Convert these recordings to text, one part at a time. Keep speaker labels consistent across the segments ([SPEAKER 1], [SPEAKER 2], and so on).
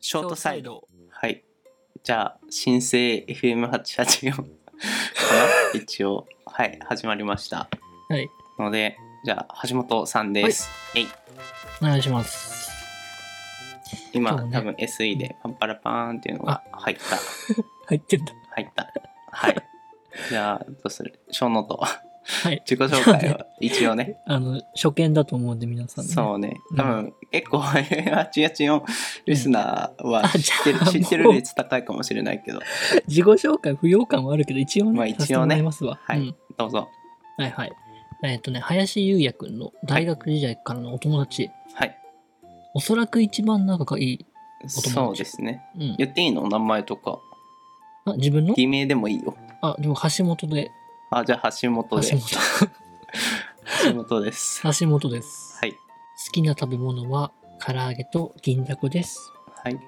[SPEAKER 1] ショートサイド。
[SPEAKER 2] ド。
[SPEAKER 1] はい。じゃあ、新生 FM884 かな一応、はい、始まりました。
[SPEAKER 2] はい。
[SPEAKER 1] ので、じゃあ、橋本さんです。えい
[SPEAKER 2] お願いします。
[SPEAKER 1] 今、
[SPEAKER 2] そうね
[SPEAKER 1] 多分 SE でパンパラパーンっていうのが入った。
[SPEAKER 2] 入ってんだ。
[SPEAKER 1] 入った。はい。 じゃあ、どうする小ノート。
[SPEAKER 2] はい。
[SPEAKER 1] 自己紹介を一応ね。
[SPEAKER 2] あの、初見だと思うんで、皆さん、ね。
[SPEAKER 1] そうね。
[SPEAKER 2] うん
[SPEAKER 1] 多分、結構、884リスナーは知ってる
[SPEAKER 2] あ、じゃあ
[SPEAKER 1] 知って
[SPEAKER 2] も
[SPEAKER 1] る
[SPEAKER 2] う
[SPEAKER 1] 率高いかもしれないけど、
[SPEAKER 2] 自己紹介不要感はあるけど、一応ね、
[SPEAKER 1] まあ
[SPEAKER 2] させてもらいますわ。
[SPEAKER 1] はい
[SPEAKER 2] うん
[SPEAKER 1] どうぞ。
[SPEAKER 2] はいはい。えっ、とね、林優也くんの大学時代からのお友達。
[SPEAKER 1] はい。
[SPEAKER 2] おそらく一番仲がいい。達
[SPEAKER 1] そうですね。
[SPEAKER 2] うん。
[SPEAKER 1] 言っていいのお名前とか。
[SPEAKER 2] あ、自分の
[SPEAKER 1] 偽名でもいいよ。
[SPEAKER 2] あ、でも橋本で。
[SPEAKER 1] あ、じゃあ、橋
[SPEAKER 2] 橋
[SPEAKER 1] 本で
[SPEAKER 2] 本。。
[SPEAKER 1] 橋本です。は
[SPEAKER 2] 橋本です。
[SPEAKER 1] い。
[SPEAKER 2] 好きな食べ物は、唐揚げと銀だこです。
[SPEAKER 1] はい。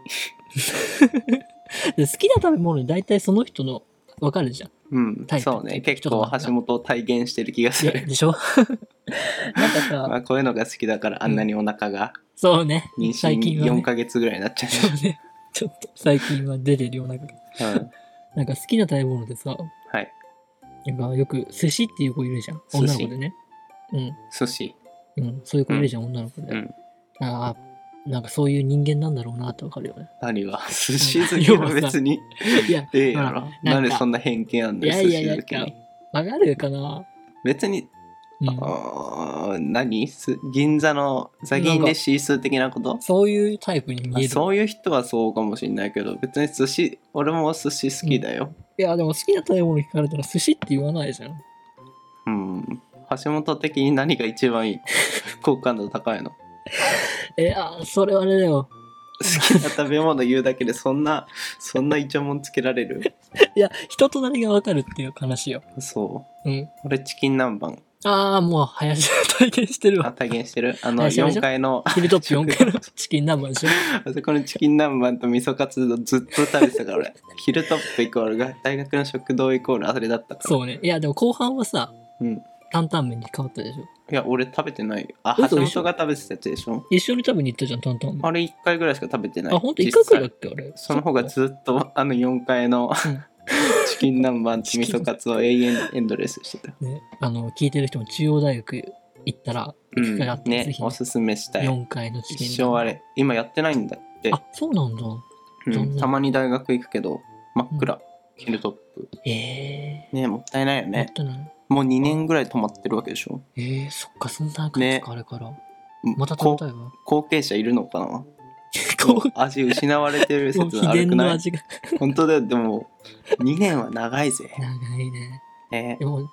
[SPEAKER 2] で好きな食べ物に大体その人のわかるじゃん。
[SPEAKER 1] うん
[SPEAKER 2] タイ。プ
[SPEAKER 1] そうね。結構、
[SPEAKER 2] ちょっと待って
[SPEAKER 1] 橋本を体現してる気がす
[SPEAKER 2] いや
[SPEAKER 1] る。
[SPEAKER 2] でしょ なんか さ、
[SPEAKER 1] まあ、こういうのが好きだから、あんなにお腹が
[SPEAKER 2] そうね。
[SPEAKER 1] 妊娠
[SPEAKER 2] 最近は、
[SPEAKER 1] 4
[SPEAKER 2] ね。
[SPEAKER 1] ヶ月ぐらいになっちゃ
[SPEAKER 2] そうね。 ちょっと最近は出てるよ、なんか。
[SPEAKER 1] う。うん。
[SPEAKER 2] なんか好きな食べ物でさ、
[SPEAKER 1] はい。
[SPEAKER 2] なんかよく寿司っていう子いるじゃん。
[SPEAKER 1] 司
[SPEAKER 2] 女の子でね。
[SPEAKER 1] 寿司。
[SPEAKER 2] うん。うん。そういう子いるじゃん、女の子で。
[SPEAKER 1] うん。
[SPEAKER 2] ああ、なんかそういう人間なんだろうなってわかるよ ね。
[SPEAKER 1] 何が寿司好きは別に。
[SPEAKER 2] いや、
[SPEAKER 1] ええやろ。
[SPEAKER 2] ほら
[SPEAKER 1] な
[SPEAKER 2] なんんか
[SPEAKER 1] でそんな偏見あんのよ
[SPEAKER 2] いや
[SPEAKER 1] 寿
[SPEAKER 2] いやい
[SPEAKER 1] 司
[SPEAKER 2] や
[SPEAKER 1] 好き
[SPEAKER 2] なん
[SPEAKER 1] に
[SPEAKER 2] か。わかるかな
[SPEAKER 1] 別に、
[SPEAKER 2] うん。
[SPEAKER 1] あー何す銀座のザギンでシースー的なこと
[SPEAKER 2] そういうタイプに見え
[SPEAKER 1] あ
[SPEAKER 2] る。
[SPEAKER 1] そういう人はそうかもしれないけど別に寿司俺も寿司好きだよ
[SPEAKER 2] いや、でも好きな食べ物聞かれたら寿司って言わないじゃん。
[SPEAKER 1] うん、橋本的に何が一番い い好感度高いの好
[SPEAKER 2] え、あ、それはあれだよ。
[SPEAKER 1] きな食べ物言うだけでそんなそんなイチャモンつけられる
[SPEAKER 2] いや、人となりがわかるっていう話よ。
[SPEAKER 1] そう
[SPEAKER 2] うん。
[SPEAKER 1] 俺チキン南蛮
[SPEAKER 2] ああ、もう、林が体験してる
[SPEAKER 1] あ
[SPEAKER 2] わ。
[SPEAKER 1] 体現してるあの
[SPEAKER 2] あそれでし
[SPEAKER 1] 4
[SPEAKER 2] ょ
[SPEAKER 1] 階のあ
[SPEAKER 2] ヒルトップ4回の チキン南蛮でしょ。
[SPEAKER 1] そこのチキン南蛮と味噌カツずっと食べてたから 俺ヒルトップイコールが大学の食堂イコールあれだったから
[SPEAKER 2] そうね。いや、でも後半はさ、
[SPEAKER 1] うん
[SPEAKER 2] 担々麺に変わったでしょ。
[SPEAKER 1] いや俺食べてないよあ橋
[SPEAKER 2] 嘘でしょ
[SPEAKER 1] 本が食べてたやつでしょ
[SPEAKER 2] 一緒に食べに行ったじゃん、担々麺。
[SPEAKER 1] あれ1回ぐらいしか食べてない
[SPEAKER 2] あ、ほんと1回くらい
[SPEAKER 1] 実際
[SPEAKER 2] だっけ、あれ。
[SPEAKER 1] その方が
[SPEAKER 2] そっ
[SPEAKER 1] ず
[SPEAKER 2] か
[SPEAKER 1] っとあの4階の
[SPEAKER 2] ん
[SPEAKER 1] チキン南 蛮と味噌カツを永遠エンドレスしてた。
[SPEAKER 2] ね、あの、聞いてる人も中央大学行ったら、
[SPEAKER 1] う
[SPEAKER 2] 行く
[SPEAKER 1] ん
[SPEAKER 2] から、ぜ
[SPEAKER 1] ね
[SPEAKER 2] ひ、
[SPEAKER 1] おすすめしたい。
[SPEAKER 2] 4階のチキン
[SPEAKER 1] 一生あれ、今やってないんだって。
[SPEAKER 2] あ、そうなんだ。
[SPEAKER 1] うん
[SPEAKER 2] どんな
[SPEAKER 1] たまに大学行くけど、真っ暗、ヒルトップ。
[SPEAKER 2] ええ
[SPEAKER 1] ねもったいないよ
[SPEAKER 2] ー。やっ
[SPEAKER 1] ね。
[SPEAKER 2] てない。
[SPEAKER 1] もう2年ぐらい泊まってるわけでしょ。
[SPEAKER 2] えー、そっか、そんな感じか、あれから。また食べ
[SPEAKER 1] こ
[SPEAKER 2] たいわ。
[SPEAKER 1] 後継者いるのか な
[SPEAKER 2] こう、
[SPEAKER 1] 味失われてる
[SPEAKER 2] もう
[SPEAKER 1] 説
[SPEAKER 2] 秘
[SPEAKER 1] あるく
[SPEAKER 2] 伝の
[SPEAKER 1] ない
[SPEAKER 2] 味が。
[SPEAKER 1] 本当だよ、でも、2年は長いぜ。
[SPEAKER 2] 長い ね。
[SPEAKER 1] ね
[SPEAKER 2] でも、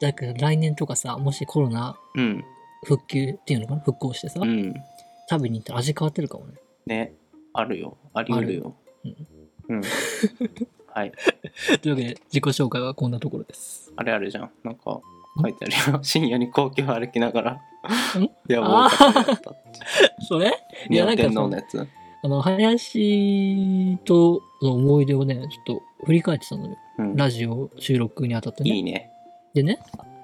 [SPEAKER 2] だから来年とかさ、もしコロナ
[SPEAKER 1] うん、
[SPEAKER 2] 復旧っていうのかな復興してさ、
[SPEAKER 1] うん。
[SPEAKER 2] 食べに行ったら味変わってるかもね。
[SPEAKER 1] ね、あるよ。あり得るよ。うん。 はい。
[SPEAKER 2] というわけで、自己紹介はこんなところです。
[SPEAKER 1] あれあるじゃん。なんか書いてあるよ。 深夜に皇居を歩きながら
[SPEAKER 2] ん。
[SPEAKER 1] いや、もう書かれたって。
[SPEAKER 2] それい
[SPEAKER 1] 似
[SPEAKER 2] や
[SPEAKER 1] 合
[SPEAKER 2] な
[SPEAKER 1] っ
[SPEAKER 2] んか
[SPEAKER 1] てんののやつ。
[SPEAKER 2] あの、林との思い出をね、ちょっと振り返ってたのよ。
[SPEAKER 1] うん。
[SPEAKER 2] ラジオ収録にあたってね。
[SPEAKER 1] いいね。
[SPEAKER 2] でね、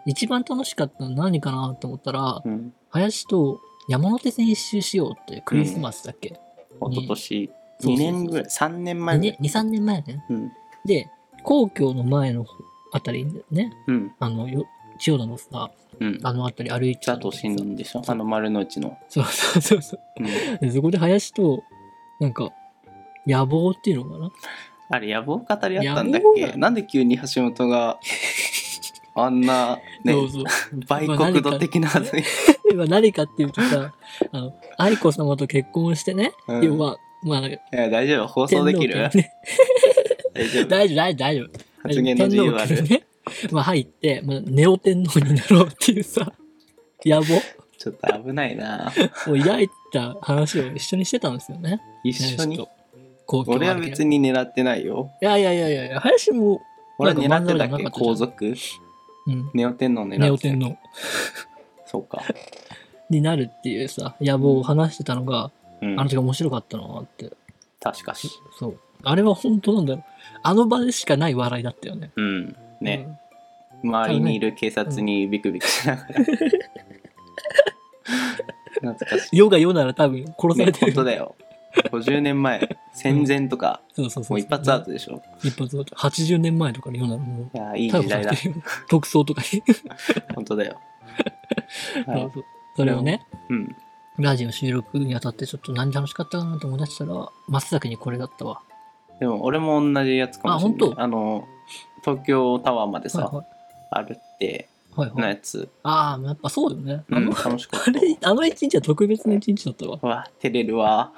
[SPEAKER 2] 一番楽しかったの何かなと思ったら、
[SPEAKER 1] うん。
[SPEAKER 2] 林と山手線一周しようってクリスマスだっけ、
[SPEAKER 1] 一昨年、
[SPEAKER 2] そうそうそう
[SPEAKER 1] 2年ぐらい、3年前
[SPEAKER 2] 二
[SPEAKER 1] ぐら
[SPEAKER 2] 2、
[SPEAKER 1] い。
[SPEAKER 2] 3年前ね。
[SPEAKER 1] うん。
[SPEAKER 2] で、皇居の前のあたりにね、
[SPEAKER 1] うん。
[SPEAKER 2] あの、よ千代田のさ、
[SPEAKER 1] うん。
[SPEAKER 2] あのあたり歩いて
[SPEAKER 1] 北
[SPEAKER 2] た
[SPEAKER 1] 都
[SPEAKER 2] んだけどさ
[SPEAKER 1] 心でしょあの丸の内の。
[SPEAKER 2] そうそうそうそう。
[SPEAKER 1] うん。
[SPEAKER 2] でそこで林と、なんか、野望っていうのかな
[SPEAKER 1] あれ、野望語り合ったんだっ
[SPEAKER 2] 野望
[SPEAKER 1] け
[SPEAKER 2] だ
[SPEAKER 1] なんで急に橋本 が、あんな、ね
[SPEAKER 2] ど、うぞ。
[SPEAKER 1] 売国度的なはずに。
[SPEAKER 2] 今何かっていうとさ、あの、愛子様と結婚してね、
[SPEAKER 1] うん
[SPEAKER 2] 要は、ま あ、
[SPEAKER 1] いや、大丈夫。放送できる
[SPEAKER 2] 家ね、
[SPEAKER 1] 大丈夫。
[SPEAKER 2] 大丈夫、大丈夫、大丈夫。
[SPEAKER 1] 発言の自由あ
[SPEAKER 2] 天皇家
[SPEAKER 1] る
[SPEAKER 2] に。ね、まあ入って、まあ、ネオ天皇になろうっていうさ、野望
[SPEAKER 1] ちょっと危ない な。
[SPEAKER 2] を抱いた話を一緒にしてたんですよね。
[SPEAKER 1] 一緒に。
[SPEAKER 2] 皇居を歩き
[SPEAKER 1] 俺
[SPEAKER 2] な
[SPEAKER 1] は
[SPEAKER 2] がら
[SPEAKER 1] 別に狙ってないよ。
[SPEAKER 2] いやいやいやいやいや、林も、
[SPEAKER 1] 俺は
[SPEAKER 2] なんか
[SPEAKER 1] 狙
[SPEAKER 2] 漫
[SPEAKER 1] って
[SPEAKER 2] 才
[SPEAKER 1] た
[SPEAKER 2] じゃな
[SPEAKER 1] っけ
[SPEAKER 2] かったじゃん
[SPEAKER 1] 皇族
[SPEAKER 2] うん、
[SPEAKER 1] ネオ天皇狙ってた
[SPEAKER 2] ネオ天。皇
[SPEAKER 1] そうか。
[SPEAKER 2] になるっていうさ、野望を話してたのが、
[SPEAKER 1] うん
[SPEAKER 2] あの。時面白かったなって。
[SPEAKER 1] 確かし。
[SPEAKER 2] そう。あれは本当なんだよ。あの場でしかない笑いだったよね。
[SPEAKER 1] うん。ね。
[SPEAKER 2] うん。
[SPEAKER 1] 周りにいる警察にビクビクしなが ら。懐かしい。
[SPEAKER 2] 世が世なら多分殺さ
[SPEAKER 1] ね
[SPEAKER 2] れ、て
[SPEAKER 1] 本
[SPEAKER 2] る。
[SPEAKER 1] 当だよ。 50年前戦前とか
[SPEAKER 2] そうそうそうそ
[SPEAKER 1] も
[SPEAKER 2] う。
[SPEAKER 1] う一発アートでしょ
[SPEAKER 2] 一発アート。80年前とかに読んだらも、
[SPEAKER 1] いうやいい
[SPEAKER 2] 逮捕
[SPEAKER 1] 時
[SPEAKER 2] さ
[SPEAKER 1] 代
[SPEAKER 2] れ
[SPEAKER 1] だ
[SPEAKER 2] てるよ。特捜とかに。
[SPEAKER 1] 本当だよ、は
[SPEAKER 2] そ
[SPEAKER 1] いう
[SPEAKER 2] そうそれをね、
[SPEAKER 1] うん
[SPEAKER 2] ラジオ収録にあたってちょっと何楽しかったかなと思い出したら、真っ先にこれだったわ。
[SPEAKER 1] でも俺も同じやつかもしれな
[SPEAKER 2] あ
[SPEAKER 1] い
[SPEAKER 2] 本当
[SPEAKER 1] あの東京タワーまで
[SPEAKER 2] はい
[SPEAKER 1] さ、
[SPEAKER 2] は
[SPEAKER 1] 歩って
[SPEAKER 2] い。はい
[SPEAKER 1] の
[SPEAKER 2] はい。
[SPEAKER 1] やつ、
[SPEAKER 2] ああ、やっぱそうだよね。あ
[SPEAKER 1] うん、
[SPEAKER 2] の、
[SPEAKER 1] 楽しかっ
[SPEAKER 2] あれ、あの一日は特別な一日だったわ。
[SPEAKER 1] たうわ照れる わ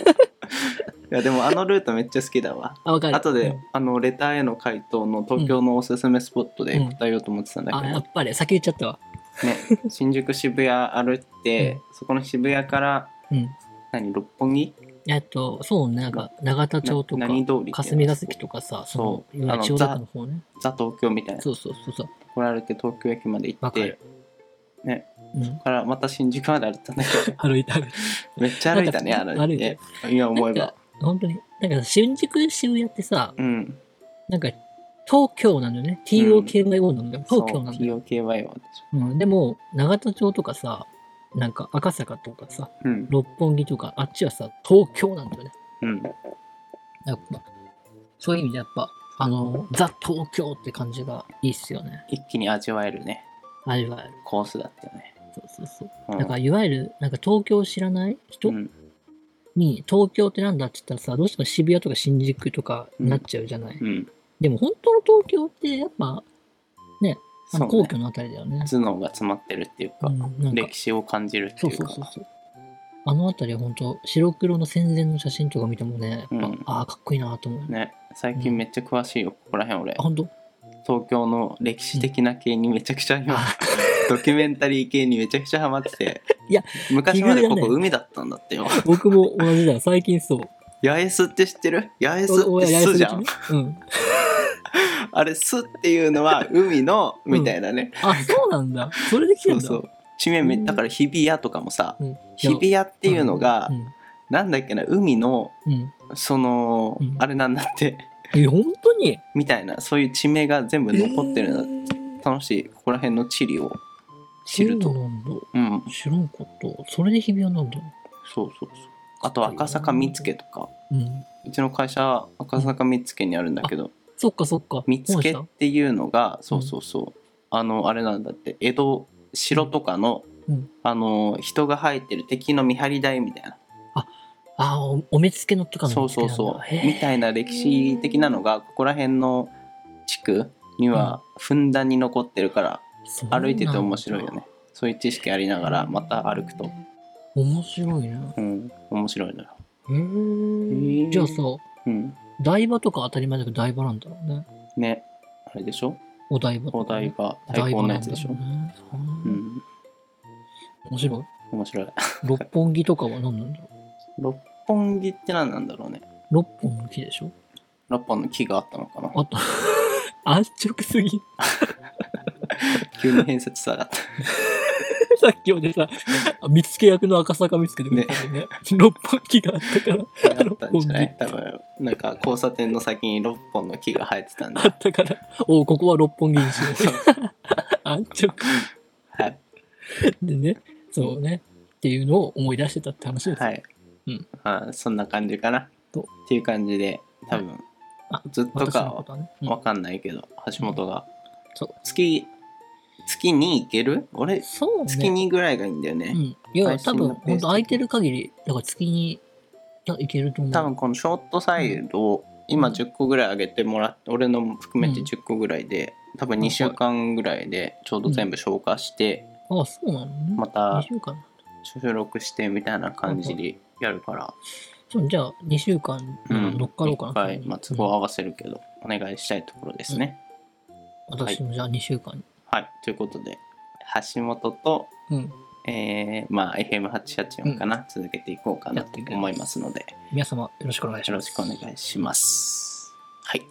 [SPEAKER 1] いやでもあのルートめっちゃ好きだわ
[SPEAKER 2] あ、わかる。
[SPEAKER 1] 後で、
[SPEAKER 2] うん
[SPEAKER 1] あのレターへの回答の東京のおすすめスポットで答えようと思ってたんだけど、
[SPEAKER 2] あ、やっぱり、先言っちゃったわ。
[SPEAKER 1] ね、新宿渋谷歩って、そこの渋谷から
[SPEAKER 2] うん。
[SPEAKER 1] 何六本木
[SPEAKER 2] えっと、そうね、なんか、永田町とか
[SPEAKER 1] な、何通り
[SPEAKER 2] 霞ヶ関とかさ、そ
[SPEAKER 1] そう
[SPEAKER 2] の、いわゆる千代田区の方ね。
[SPEAKER 1] ザ東京みたいな
[SPEAKER 2] そうそうそうそう。
[SPEAKER 1] 来られて東京駅まで行
[SPEAKER 2] わ
[SPEAKER 1] っ
[SPEAKER 2] か
[SPEAKER 1] て
[SPEAKER 2] る
[SPEAKER 1] ね
[SPEAKER 2] うん。
[SPEAKER 1] からまた新宿まで歩いたんだけど
[SPEAKER 2] 歩いた。
[SPEAKER 1] めっちゃ歩いたね
[SPEAKER 2] なんか
[SPEAKER 1] あれね今思え
[SPEAKER 2] なん
[SPEAKER 1] ば
[SPEAKER 2] か本当に。なんか、新宿渋谷ってさ、
[SPEAKER 1] うん
[SPEAKER 2] なんか、東京なんだよね。TOKYO なんだよ。東京なんだよ。
[SPEAKER 1] そう TOKY は
[SPEAKER 2] うん。でも、永田町とかさ、なんか赤坂とかさ、
[SPEAKER 1] うん
[SPEAKER 2] 六本木とか、あっちはさ、東京なんだよね。
[SPEAKER 1] うん
[SPEAKER 2] やっぱ、そういう意味でやっぱ、あの、ザ・東京って感じがいいっすよね。
[SPEAKER 1] 一気に味わえるね
[SPEAKER 2] 味わえる。
[SPEAKER 1] コースだったよね
[SPEAKER 2] そうそうそう。
[SPEAKER 1] うん
[SPEAKER 2] だから、いわゆる、なんか東京を知らない人
[SPEAKER 1] うん
[SPEAKER 2] に、東京ってなんだって言ったらさ、どうしても渋谷とか新宿とかになっちゃうじゃない。
[SPEAKER 1] うん
[SPEAKER 2] でも、本当の東京って、やっぱ、あ
[SPEAKER 1] そ
[SPEAKER 2] の
[SPEAKER 1] う
[SPEAKER 2] 皇
[SPEAKER 1] ね
[SPEAKER 2] 居のあたりだよね。
[SPEAKER 1] 頭脳が詰まってるっていう
[SPEAKER 2] う
[SPEAKER 1] か
[SPEAKER 2] ん、なんか
[SPEAKER 1] 歴史を感じるって
[SPEAKER 2] そう
[SPEAKER 1] いう
[SPEAKER 2] そう
[SPEAKER 1] か
[SPEAKER 2] そうそう。あのあたりは本当白黒の戦前の写真とか見てもね、やっぱ、
[SPEAKER 1] うん
[SPEAKER 2] ああ、かっこいいなと思う。
[SPEAKER 1] ね最近めっちゃ詳しいよここら辺俺
[SPEAKER 2] あ、本当
[SPEAKER 1] 東京の歴史的な系にめちゃくちゃ今、
[SPEAKER 2] あ
[SPEAKER 1] ドキュメンタリー系にめちゃくちゃハマってて
[SPEAKER 2] いや
[SPEAKER 1] 昔までこ
[SPEAKER 2] 奇遇
[SPEAKER 1] こ
[SPEAKER 2] だね
[SPEAKER 1] 海だったんだってよ
[SPEAKER 2] 僕も同じだ よ。最近そう。
[SPEAKER 1] 八重洲って知ってる八重洲っ
[SPEAKER 2] 俺
[SPEAKER 1] て「
[SPEAKER 2] やり
[SPEAKER 1] す」
[SPEAKER 2] す
[SPEAKER 1] じ
[SPEAKER 2] ぎ
[SPEAKER 1] ゃん
[SPEAKER 2] ねうん。
[SPEAKER 1] あれ「す」っていうのは海の
[SPEAKER 2] うん
[SPEAKER 1] みたいなね、
[SPEAKER 2] あ、そうなんだ。それで来て
[SPEAKER 1] そ
[SPEAKER 2] ん
[SPEAKER 1] う
[SPEAKER 2] だ。
[SPEAKER 1] そう地名めだから日比谷とかもさ
[SPEAKER 2] うん
[SPEAKER 1] 日比谷っていうのが、
[SPEAKER 2] う
[SPEAKER 1] なんだっけな海の
[SPEAKER 2] ん。うん。
[SPEAKER 1] その、
[SPEAKER 2] うん
[SPEAKER 1] あれなんだって
[SPEAKER 2] え、本当に
[SPEAKER 1] みたいなそういう地名が全部残ってるの、楽しいここら辺の地理を知る
[SPEAKER 2] そう
[SPEAKER 1] と
[SPEAKER 2] なんだ。
[SPEAKER 1] うん
[SPEAKER 2] 知らんこと。それで日比谷なんだ。
[SPEAKER 1] そうそうそうあと赤坂見附とか
[SPEAKER 2] うん。
[SPEAKER 1] うちの会社赤坂見附にあるんだけど
[SPEAKER 2] そっかそっか。
[SPEAKER 1] 見附
[SPEAKER 2] 本社
[SPEAKER 1] っていうのがそうそうそう、あのあれなんだって江戸城とかの、
[SPEAKER 2] うん
[SPEAKER 1] あの人が入ってる敵の見張り台みたいな、
[SPEAKER 2] ああ、おお目付けのとかの
[SPEAKER 1] そう
[SPEAKER 2] 見付
[SPEAKER 1] そ
[SPEAKER 2] け
[SPEAKER 1] う
[SPEAKER 2] なんだ
[SPEAKER 1] そうみ
[SPEAKER 2] へ
[SPEAKER 1] たいな歴史的なのがここら辺の地区にはふんだんに残ってるから
[SPEAKER 2] え
[SPEAKER 1] 歩いてて面白いよね。そういう知識ありな
[SPEAKER 2] だ
[SPEAKER 1] がらまた歩くと、。
[SPEAKER 2] 面白いな。
[SPEAKER 1] うん、面白いのよ、
[SPEAKER 2] へ
[SPEAKER 1] へえ
[SPEAKER 2] え。じゃあさ、
[SPEAKER 1] うん、
[SPEAKER 2] 台場とか当たり前だけど台場なんだろうね。
[SPEAKER 1] ねあれでしょ
[SPEAKER 2] お台場
[SPEAKER 1] お
[SPEAKER 2] とか
[SPEAKER 1] 台
[SPEAKER 2] ね。
[SPEAKER 1] 場太鼓のやつでしょ
[SPEAKER 2] 台場なんだろうね
[SPEAKER 1] う
[SPEAKER 2] うん
[SPEAKER 1] ん
[SPEAKER 2] 面白い。
[SPEAKER 1] 面白い
[SPEAKER 2] 六本木とかは何なんだろう
[SPEAKER 1] 六本木って何なんだろうね
[SPEAKER 2] 六本の木でしょ
[SPEAKER 1] 六本の木があったのかな
[SPEAKER 2] あと、 安直すぎ。
[SPEAKER 1] 急に偏差値下がった
[SPEAKER 2] さっきまでさ、見つけ役の赤坂見つけてくれたんだよね。 六本木があったから、
[SPEAKER 1] あったんじゃない多分なんか交差点の先に六本の木が生えてた んで
[SPEAKER 2] あったから、おうここは六本木にしよう。安直
[SPEAKER 1] はい、
[SPEAKER 2] でね、そうね。っていうのを思い出してたって話です。
[SPEAKER 1] はい
[SPEAKER 2] うん
[SPEAKER 1] まあ、そんな感じかな
[SPEAKER 2] と
[SPEAKER 1] っていう感じで多分
[SPEAKER 2] あ
[SPEAKER 1] ずっと
[SPEAKER 2] 私の
[SPEAKER 1] か
[SPEAKER 2] ことはね。うん
[SPEAKER 1] はわかんないけど、橋本が、
[SPEAKER 2] そう
[SPEAKER 1] 月月に行ける俺
[SPEAKER 2] そうね。
[SPEAKER 1] 月2ぐらいがいいんだよね、
[SPEAKER 2] うん。いや、
[SPEAKER 1] 配
[SPEAKER 2] 多
[SPEAKER 1] 信の
[SPEAKER 2] 分、
[SPEAKER 1] ペー
[SPEAKER 2] 本
[SPEAKER 1] ス
[SPEAKER 2] 当空いてる限り、だから月にあ行けると思う。
[SPEAKER 1] 多分このショートサイドを今10個ぐらい上げてもらって俺のも含めて
[SPEAKER 2] うん
[SPEAKER 1] 10個ぐらいで多分2週間ぐらいでちょうど全部消化して
[SPEAKER 2] あ、そうなのね。
[SPEAKER 1] また
[SPEAKER 2] 2週間。
[SPEAKER 1] 収録してみたいな感じでやるから
[SPEAKER 2] そうじゃあ、2週間
[SPEAKER 1] うん
[SPEAKER 2] 乗っかろうかな。
[SPEAKER 1] 一回まあ都合合わせるけどお願いしたいところですね
[SPEAKER 2] 私もじゃあ2週間に。
[SPEAKER 1] はいということで橋本と
[SPEAKER 2] うん。
[SPEAKER 1] えーまあ FM884 かな続けていこうかなと思いますので
[SPEAKER 2] 皆様、よろしくお願いし
[SPEAKER 1] よ
[SPEAKER 2] ま
[SPEAKER 1] ろ
[SPEAKER 2] す。
[SPEAKER 1] しくお願いしますはい